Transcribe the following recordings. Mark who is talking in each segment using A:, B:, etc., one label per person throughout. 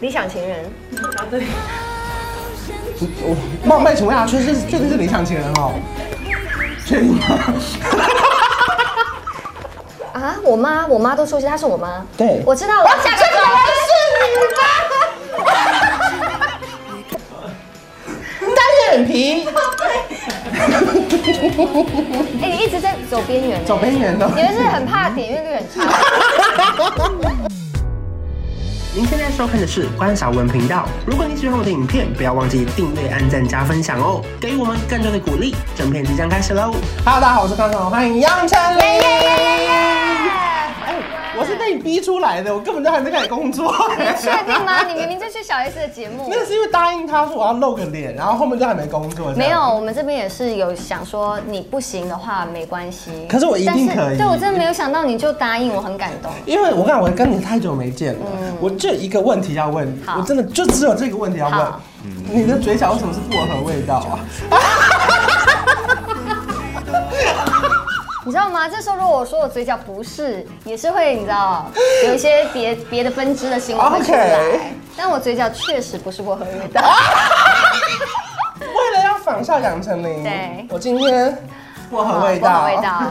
A: 理想情人，
B: 我冒昧请问一下，确实确定是理想情人哦？确定吗？
A: 啊，我妈，我妈都说是她是我妈。
B: 对
A: 我知道了。我下个可能是
B: 单眼 皮，
A: 你妈。 哎、你一直在走边缘。
B: 走边缘的。
A: 你们是很怕点阅率很 差。
B: 您现在收看的是关少文频道。如果你喜欢我的影片，不要忘记订阅、按赞、加分享哦，给予我们更多的鼓励。整片即将开始喽！Hello，大家好，我是关少文，欢迎杨丞琳。哎我是被你逼出来的，我根本就还没开始工 作。
A: 你确定吗？你明明就去小 S 的节目
B: 那。个是因为答应他说我要露个脸，然后后面就还没工作。
A: 没有，。我们这边也是有想说你不行的话没关系。
B: 可是我一定
A: 但是
B: 可以
A: 对我真的没有想到你就答应，我很感动。
B: 因为我看我跟你太久没见了，我就一个问题要问你，
A: 嗯好
B: 我真的就只有这个问题要问
A: 好，
B: 你的嘴角为什么是薄荷味道啊？
A: 你知道吗？这时候如果我说我嘴角不是，也是会你知道有一些别别的分支的新闻会出来
B: OK
A: 但我嘴角确实不是薄荷味道。
B: 为了要仿效杨丞琳，
A: 嗯对
B: 我今天薄荷味道，
A: 薄荷味道，。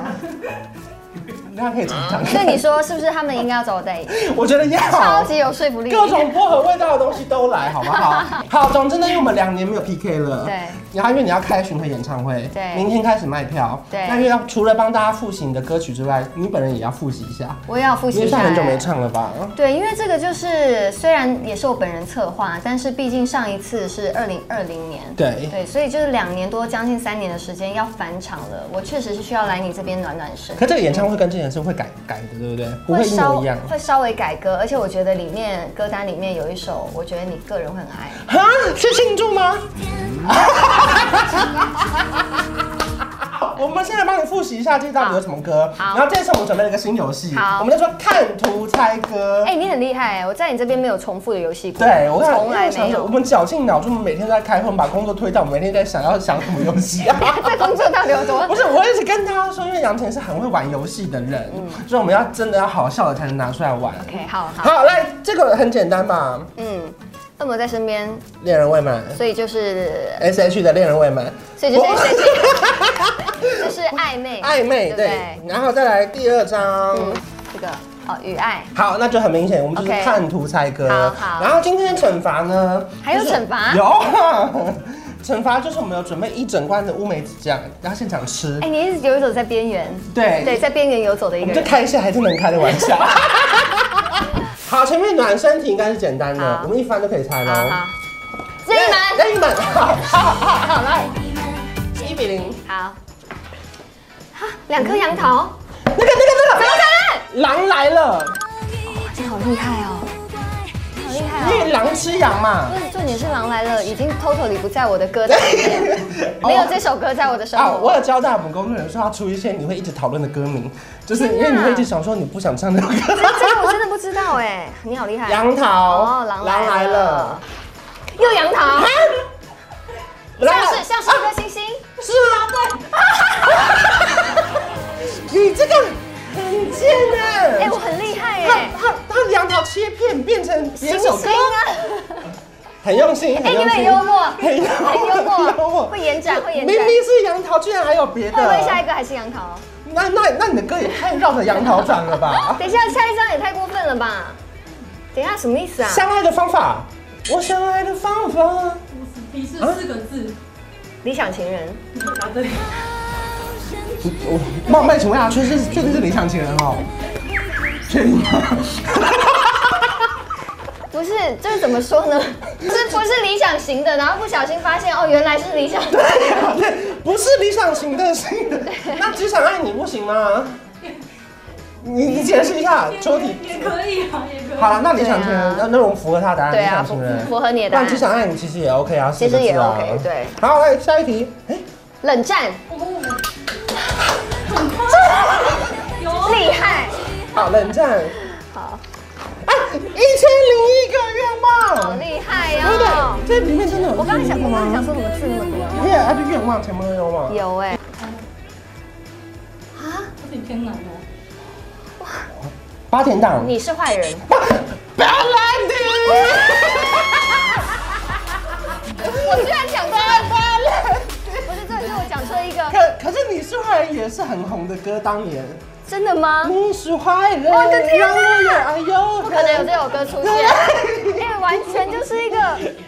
B: 大家可以尝尝
A: 所以
B: 看。
A: 你说是不是他们应该要找我代言？
B: 我觉得要
A: 超级有说服力。
B: 各种薄荷味道的东西都来，好 不好？好，总之呢，因为我们两年没有 PK 了，
A: 对。
B: 然后因为你要开巡回演唱会，
A: 对
B: 明天开始卖票，
A: 对
B: 那因为要除了帮大家复习你的歌曲之外，你本人也要复习一下，
A: 我也要复习
B: 因为
A: 一下。
B: 算很久没唱了吧？
A: 对，因为这个就是虽然也是我本人策划，但是毕竟上一次是二零二零年，
B: 对。
A: 对，所以就是两年多，将近三年的时间要返场了。我确实是需要来你这边暖暖身。
B: 可这个演唱会跟之前是会改改的，对不对？不会一模一样。啊
A: 会稍微改歌，而且我觉得里面歌单里面有一首，我觉得你个人会很爱。
B: 哈，是庆祝吗？ 我们现在帮你复习一下，这到底有什么歌？
A: 好
B: 然
A: 好
B: 后这次我们准备了一个新游戏，
A: 好
B: 我们叫做看图猜歌。
A: 哎、你很厉害、我在你这边没有重复的游戏过，
B: 呃对，我看
A: 从来
B: 因为想
A: 没
B: 着
A: 有
B: 我。们绞尽脑汁，我们每天都在开会，我们把工作推到，我们每天在想要想什么游 戏啊？
A: 这工作到底有多
B: 不是，我一直跟大家说，因为杨晨是很会玩游戏的人，所以我们要真的要好笑的才能拿出来玩。
A: 嗯？OK，好好，
B: 好，来，这个很简单吧？
A: 嗯，恶魔在身边，
B: 恋人未满
A: 所以就是，
B: ，S H E 的恋人未满，
A: 所以就是
B: 我
A: 就是暧昧，
B: 暧昧
A: 对不
B: 对
A: 对，？
B: 然后再来第二张。
A: 嗯，这个哦，与爱，
B: 好，那就很明显，我们就是
A: OK
B: 看图猜歌。
A: 好好
B: 然后今天的惩罚呢？
A: 还有
B: 就是
A: 惩罚
B: 有 啊，惩罚就是我们有准备一整罐的乌梅子酱，然后现场吃。
A: 哎，你一直游走在边缘，
B: 对
A: 对，，在边缘游走的一
B: 我
A: 个
B: 们就
A: 人。
B: 开一下，还是能开的玩笑。 好，前面暖身题应该是简单的
A: 好，
B: 我们一翻就可以猜喽。
A: 好好，任意门，
B: 任意门，好好好好，来，一比零。
A: 好，哈两颗杨桃，
B: 那个那个那
A: 怎么
B: 个，
A: 可能？
B: 狼来了，
A: 哇，这好厉害哦，好厉害
B: 因
A: 哦！
B: 为狼吃羊嘛
A: 不。是，重点是狼来了，已经 totally 不在我的歌单里面， 没有这首歌在我的生
B: 哦啊，我
A: 活。
B: 有交代我们工作人员说要出一些你会一直讨论的歌名，就是因为你会一直想说你不想唱那首歌。
A: 这个我真的不知道哎，你好厉害！
B: 杨桃，
A: 哦，狼来了，，啊又杨桃，
B: 狼
A: 像
B: 来
A: 是像是一颗星星，
B: 是啊，对。你这个很贱
A: 哎，
B: 哎
A: 我！很厉害
B: 他
A: 哎，
B: 他他杨桃切片变成别
A: 星
B: 首歌
A: 星，啊！
B: 很用心，
A: 哎，
B: 很
A: 你
B: 用
A: 们很
B: 心，
A: 幽默，
B: 很
A: 很
B: 幽默
A: 幽默，会延展，会延
B: 明
A: 展。
B: 明是杨桃，居然还有别
A: 会不会下
B: 的。
A: 一个还是杨桃？
B: 那那那你的歌也太绕着杨桃转了吧？
A: 等一下，下一张也太过分了吧？等一下什么意思啊？
B: 相爱的方法，我相爱的方法。
C: 提示四个字，
A: 理想情人。
C: 答对。
B: 我冒昧请问一下，确实确定是理想情人哦？确定吗？
A: 不是，这是怎么说呢？ 是不是理想型的？然后不小心发现哦，原来是理想型。
B: 对呀，对，不是理想型的型的，那只想爱你不行吗？你你解释一下，抽题。
C: 也可以啊，也可以。
B: 好了，那理想情人，
A: 对
B: 那
A: 啊
B: 那我们符合他的答案，
A: 对
B: 理
A: 啊，
B: 想
A: 符
B: 情人。
A: 符合你的答
B: 那只
A: 案。
B: 想爱你其实也 OK 啊，
A: 其实也
B: 四个字啊
A: OK，对。
B: 好，来下一题。哎，
A: 冷战，
C: 哦，
A: 厉害。
B: 好，冷战。
A: 好，
B: 哎，一千零一个愿
A: 好
B: 望，
A: 厉害
B: 对不
A: 哦！
B: 对？这里面真的有
A: 我刚才想，
B: 愿
A: 我
B: 望吗
A: 刚才想说怎么字那么多？
B: 因为它是愿望，前面的愿望。
A: 有哎。啊，
C: 有点偏难哦。
B: 八点档，
A: 你是坏人。
B: 不要拦你！
A: 我居然讲错了， 不是，这是我讲错一个，
B: 可可是你是坏人也是很红的歌，当年
A: 真的吗？
B: 你是坏人，
A: 我的啊哦天哪
B: 让我也哎呦，
A: 不可能有这首歌出 现，哎，完全就是一个。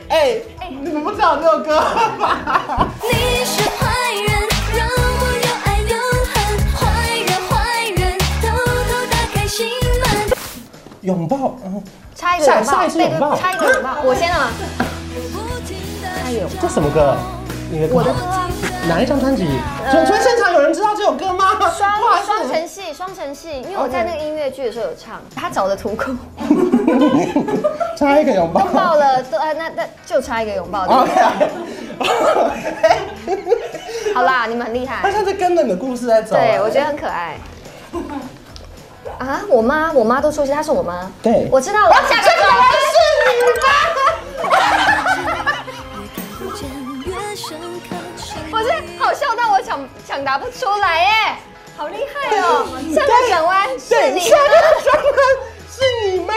B: 哎，你们不知道这首歌 吧？
D: 你是坏人，让我又爱又恨。坏人坏人，偷偷打开心门。
B: 拥抱，嗯
A: 差一个拥
B: 下
A: 抱，
B: 一次拥抱
A: 差一个拥 抱，我先啊，
D: 不停的
A: 差一个拥抱。
B: 哎这什么歌？你的歌
A: 我的呃
B: 哪一张专辑？转春现场有人知道这首歌吗？
A: 双
B: 不好意思
A: 双城戏，双城戏，因为我
B: OK
A: 在那个音乐剧的时候有唱，他找的土 狗
B: 差一个拥抱。啊
A: 抱了，都呃那那就差一个拥抱。对不
B: OK 哎
A: 对。好啦，你们很厉
B: 他
A: 害，
B: 像在跟着你的故事在走。
A: 对我觉得很可爱。啊，我妈，我妈都出现，她是我妈。
B: 对
A: 我知道了，下个是你妈。
D: 不见越深刻，心
A: 我是好笑到我想想答不出来耶，好厉害哦！下个转弯是
B: 对，
A: 你
B: 下个转弯是你吗？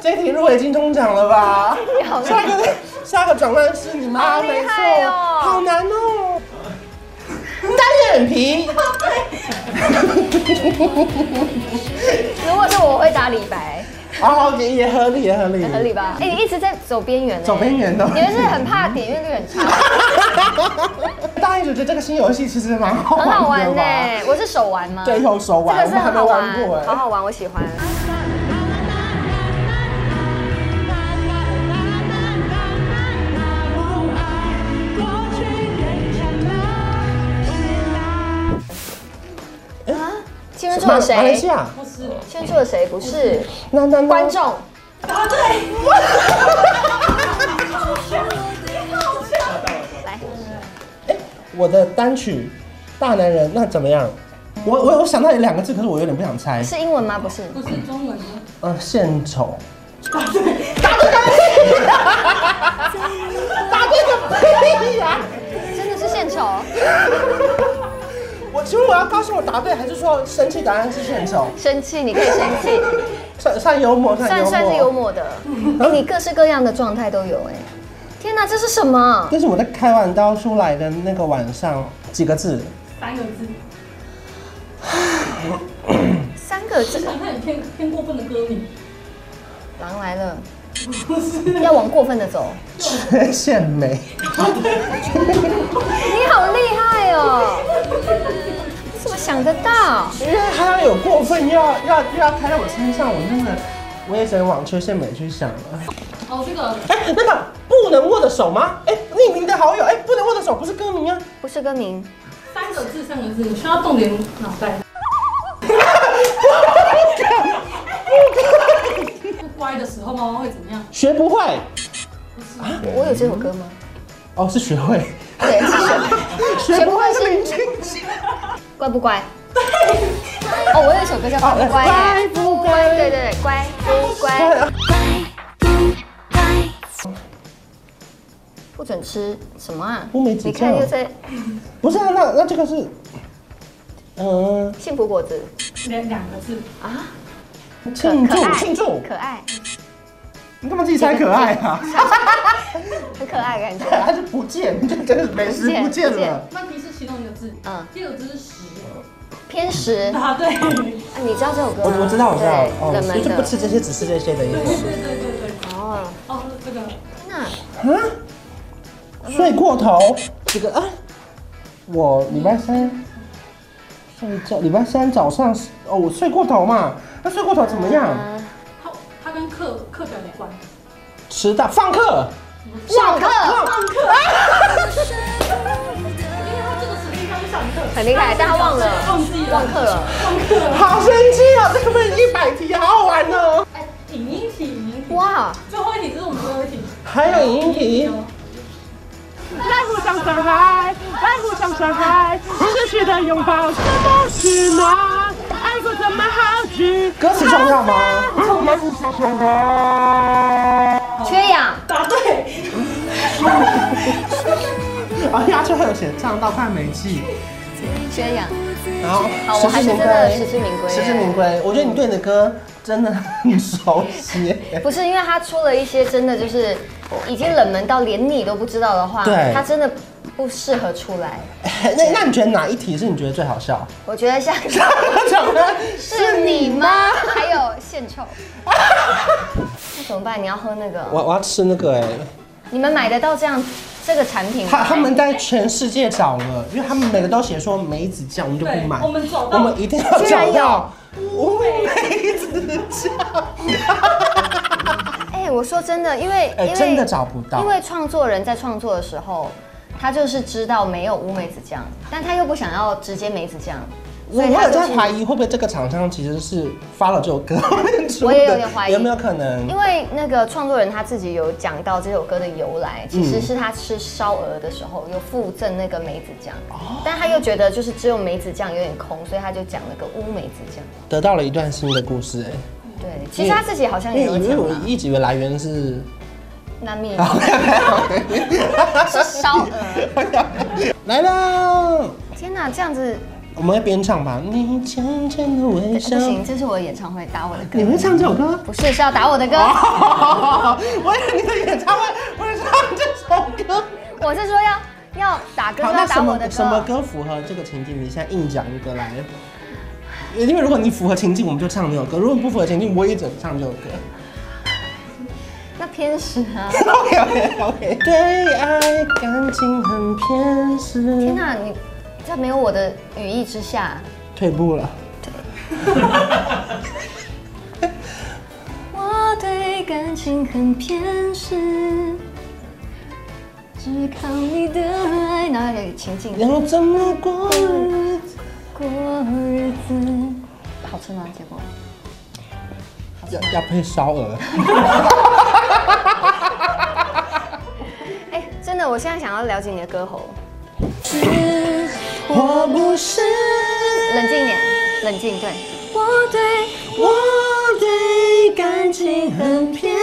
B: 这题入围金钟奖了吧？
A: 你好厉
B: 下
A: 害，
B: 个下个转弯是你吗？
A: 好厉
B: 没错
A: 害哦，
B: 好难哦。单眼皮，
A: 如果是我我会打李白，
B: 哦，也也合理，也合理，
A: 合理吧？哎，你一直在走边缘，
B: 嗯
A: 欸
B: 走边缘的
A: 你们是很怕点阅率很差，
B: 大家一直觉得这个新游戏其实蛮好玩
A: 很
B: 的
A: 好玩
B: 吧
A: 呢。我是手玩吗？
B: 啊对，有手
A: 这
B: 玩，
A: 个
B: 我
A: 是
B: 们还
A: 很
B: 没
A: 好
B: 玩过
A: 玩，好
B: 哎。
A: 好玩，我喜欢。啊，青春
B: 马
A: 错了
B: 马来西
A: 谁？
B: 亚，
C: 不是
A: 青春错了谁？不是
B: 那那那
A: 观众，
C: 答对，
A: 来，
B: 我的单曲《大男人》，那怎么样？我我有想到有两个字，可是我有点不想猜。
A: 是英文吗？不是，
C: 不是中文的，啊
B: 呃，献丑。
A: 啊
B: 答对个屁呀！
A: 真的是哦献丑。
B: 我请问我要告诉我答对，还是说生气答案是献丑？
A: 生气，你可以生气，
B: 算算幽默，嗯算
A: 算
B: 幽默。
A: 算是幽。默的。哎、你各式各样的状态都有哎、天哪，这是什么？
B: 但是我在开完刀出来的那个晚上，几个字，
C: 三个字，
A: 三个
C: 我
A: 字，
C: 想看你偏偏过分的歌名，
A: 狼来了，
C: 不是，
A: 要往过分的走。
B: 缺陷美。
A: 你好厉害哦！你怎么想得到？
B: 因为他要有过分，又要又要又要开在我身上，我真的我也只能往缺陷美去想了。
C: 哦，这个
B: 哎、那个不能握的手吗？哎、匿名的好友，哎、不能握的手不是歌名啊。
A: 不是歌名，
C: 三个字，三个字，你需要动点脑袋。不乖的时候，妈妈会怎么样？
B: 学不会，
A: 我有这首歌吗？
B: 哦，是学会，
A: 对，是谁？
B: 学不会是明君。
A: 乖不乖？哦，我有一首歌叫《乖不乖》哎，
B: 乖不哦乖
A: 对对对，乖不乖？
D: 乖不乖？
A: 不准吃什么啊？
B: 乌梅子
A: 你看
B: 酱
A: 又在
B: 不是啊，那那这个是，嗯、
A: 幸福果子
C: 两两个字，
A: 啊，
B: 庆
A: 可
B: 祝
A: 爱
B: 庆祝，
A: 可爱，
B: 你干嘛自己猜可爱啊？
A: 很可爱的感觉。
B: 还是不见， 这真是美食不见
A: 不见
B: 了。
C: 那提示其中一个字，
A: 嗯，
C: 第二个字是十，
A: 偏食，啊
C: 答对，对
A: 你知道这首歌
B: 我
A: 吗？
B: 我知道我知道
A: 对，
B: 哦，
A: 冷
B: 所以
A: 门
B: 就不
A: 的。
B: 吃这些，只吃这些的意思。
C: 对对对对，
A: 哦，
C: 哦，这个
A: 那
B: 啊，睡过头，这个啊，我礼拜三睡觉，礼拜三早上哦，我睡过头嘛，那睡过头怎么样？
A: 呃
C: 它它跟课课表有关，
B: 迟到，放课，
A: 上课
B: 放课，
C: 因为它这个指令它是上课，
A: 很厉害，但他忘了，
C: 忘记了
A: 忘课了。
C: 上课了。
B: 好生气哦，这个不是一百题，好好玩哦。
C: 哎，影音题，影音题，
A: 哇，
C: 最后一题这是我们最后一题，
B: 还有影音题，
C: 哦
E: 在路上伤害，在路上伤害，失去的拥抱，这都是吗？爱过怎么好去？
B: 歌词重要吗？
A: 缺氧，
C: 答对，
B: 啊，压最后有写唱到快没气，
A: 缺氧。
B: 然后
A: 好，我还是真的实
B: 实
A: 至名归。
B: 至名归。我觉得你对你的歌真的很熟悉。
A: 不是因为他出了一些真的就是已经冷门到连你都不知道的话，
B: 对
A: 他真的不适合出来。
B: 那那你觉得哪一题是你觉得最好笑？
A: 我觉得像
B: 讲的
A: 是你吗？还有献丑， 那怎么办？你要喝那个？
B: 我我要吃那个哎、
A: 你们买得到这样这个产品
B: 他
A: 吗？
B: 他们在全世界找了，因为他们每个都写说梅子酱，我们就不买。
C: 对我们找到
B: 我们一定要
A: 居然
B: 找
A: 有
B: 到乌梅子酱。
A: 哎、我说真的，因为、
B: 哎
A: 因为
B: 真的找不到
A: 因为创作人在创作的时候，他就是知道没有乌梅子酱，但他又不想要直接梅子酱，
B: 我我有在怀疑，会不会这个厂商其实是发了这首歌出的？
A: 我也有点怀疑
B: 有没有可能？
A: 因为那个创作人他自己有讲到这首歌的由来，其实是他吃烧鹅的时候有附赠那个梅子酱，
B: 哦
A: 但他又觉得就是只有梅子酱有点空，所以他就讲了个乌梅子酱。
B: 得到了一段新的故事哎、
A: 对，其实他自己好像也有
B: 因为
A: 讲
B: 我
A: 啊，
B: 一直以为来源是
A: 那蜜
B: 哦是
A: 是烧鹅。
B: 来啦，
A: 天哪，这样子、
B: 我们会边唱吧。你浅浅的微
A: 不
B: 笑，
A: 行，这是我的演唱会，打我的歌
B: 你，会唱这首歌？
A: 不是是要打我的歌，
B: 哦，我以为你的演唱会会唱这首歌。
A: 我是说要要打歌
B: 好，
A: 就
B: 那
A: 要
B: 什
A: 打我
B: 么
A: 的
B: 什么
A: 歌。
B: 歌符合这个情境？你现在硬讲一个来。因为如果你符合情境，我们就唱这首歌；如果不符合情境，我也只能唱这首 歌。
A: 那偏食 啊！
B: OK OK OK。对爱感情很偏
A: 天
B: 食，
A: 哪，你在没有我的语义之下，
B: 退步了。
A: 我对感情很偏执，只靠你的爱。哪哎里有情境？
B: 要怎么过日子？
A: 过日子，好吃吗？结果
B: 要要配烧鹅。
A: 哎，真的，我现在想要了解你的歌喉。
B: 我不是
A: 冷静一点，冷静，对。
D: 我对
B: 我对感情很偏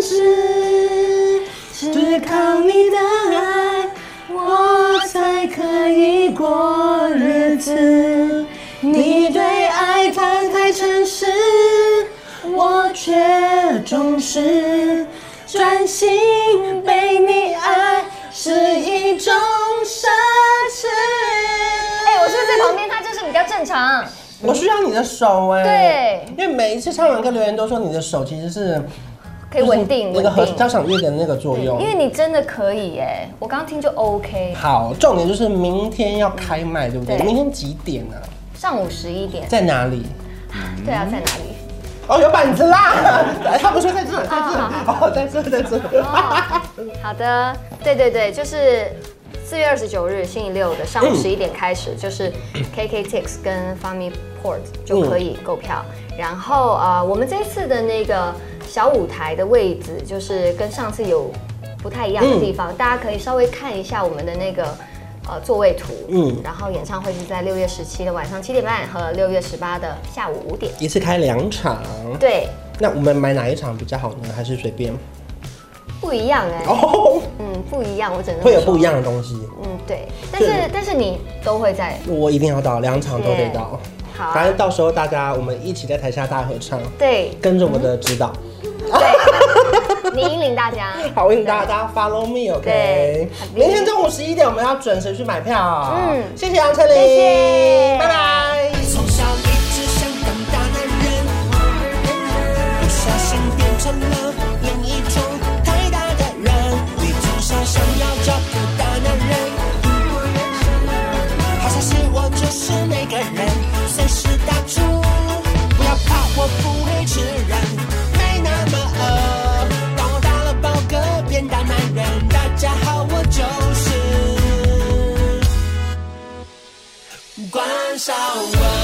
B: 执，只靠你的爱，我才可以过日子。你对爱坦太诚实，我却总是专心被你爱，是一种奢侈。
A: 哎，我是不是在旁边，他就是比较正常。
B: 我需要你的手哎、
A: 对，
B: 因为每一次唱完歌留言都说你的手其实是
A: 可以稳定，
B: 就是那个合
A: 稳
B: 交
A: 定。
B: 响乐的那个作用
A: 因。为你真的可以哎，我刚刚听就 OK。
B: 好，重点就是明天要开麦，对不对？
A: 对
B: 明天几点呢、啊？
A: 上午十一点，
B: 在哪里？嗯
A: 对啊，在哪里？
B: 哦，有板子啦！ 哎他们说在这，在这，
A: 好
B: 哦，在这，在这。
A: 好的，对对对，就是四月二十九日星期六的
B: 嗯
A: 上午十一点开始，就是 KKTix 跟 Family Port 就可以购票。然后呃，我们这次的那个小舞台的位置，就是跟上次有不太一样的地方，
B: 嗯
A: 大家可以稍微看一下我们的那个。呃，座位图，
B: 嗯
A: 嗯，然后演唱会是在六月十七的晚上七点半和六月十八的下午五点。
B: 一次开两场，
A: 对，
B: 那我们买哪一场比较好呢？还是随便？
A: 不一样哎、
B: 哦，
A: 嗯，不一样，我只能这么
B: 会有不
A: 说
B: 一样的东西，
A: 嗯，对，但是但是你都会在，
B: 我一定要到，两场都得到。
A: 好啊
B: 反正到时候大家我们一起在台下大合唱，
A: 对
B: 跟着我的指导。
A: 对，你引领大家。
B: 好，我迎大家，大家 follow me，OK、
A: 对
B: 明天中午十一点，我们要准时去买票。嗯
A: 嗯，
B: 谢谢杨丞琳，
A: 谢谢
B: 拜拜。
F: 从小一直想当大男人，不小心变成了另一种太大的人。你至少想要找个大男人，好消息我就是那个人，随时打住，不要怕，我不会吃人，没那么饿。当我打了饱嗝变大男人，大家好，我就是关少文。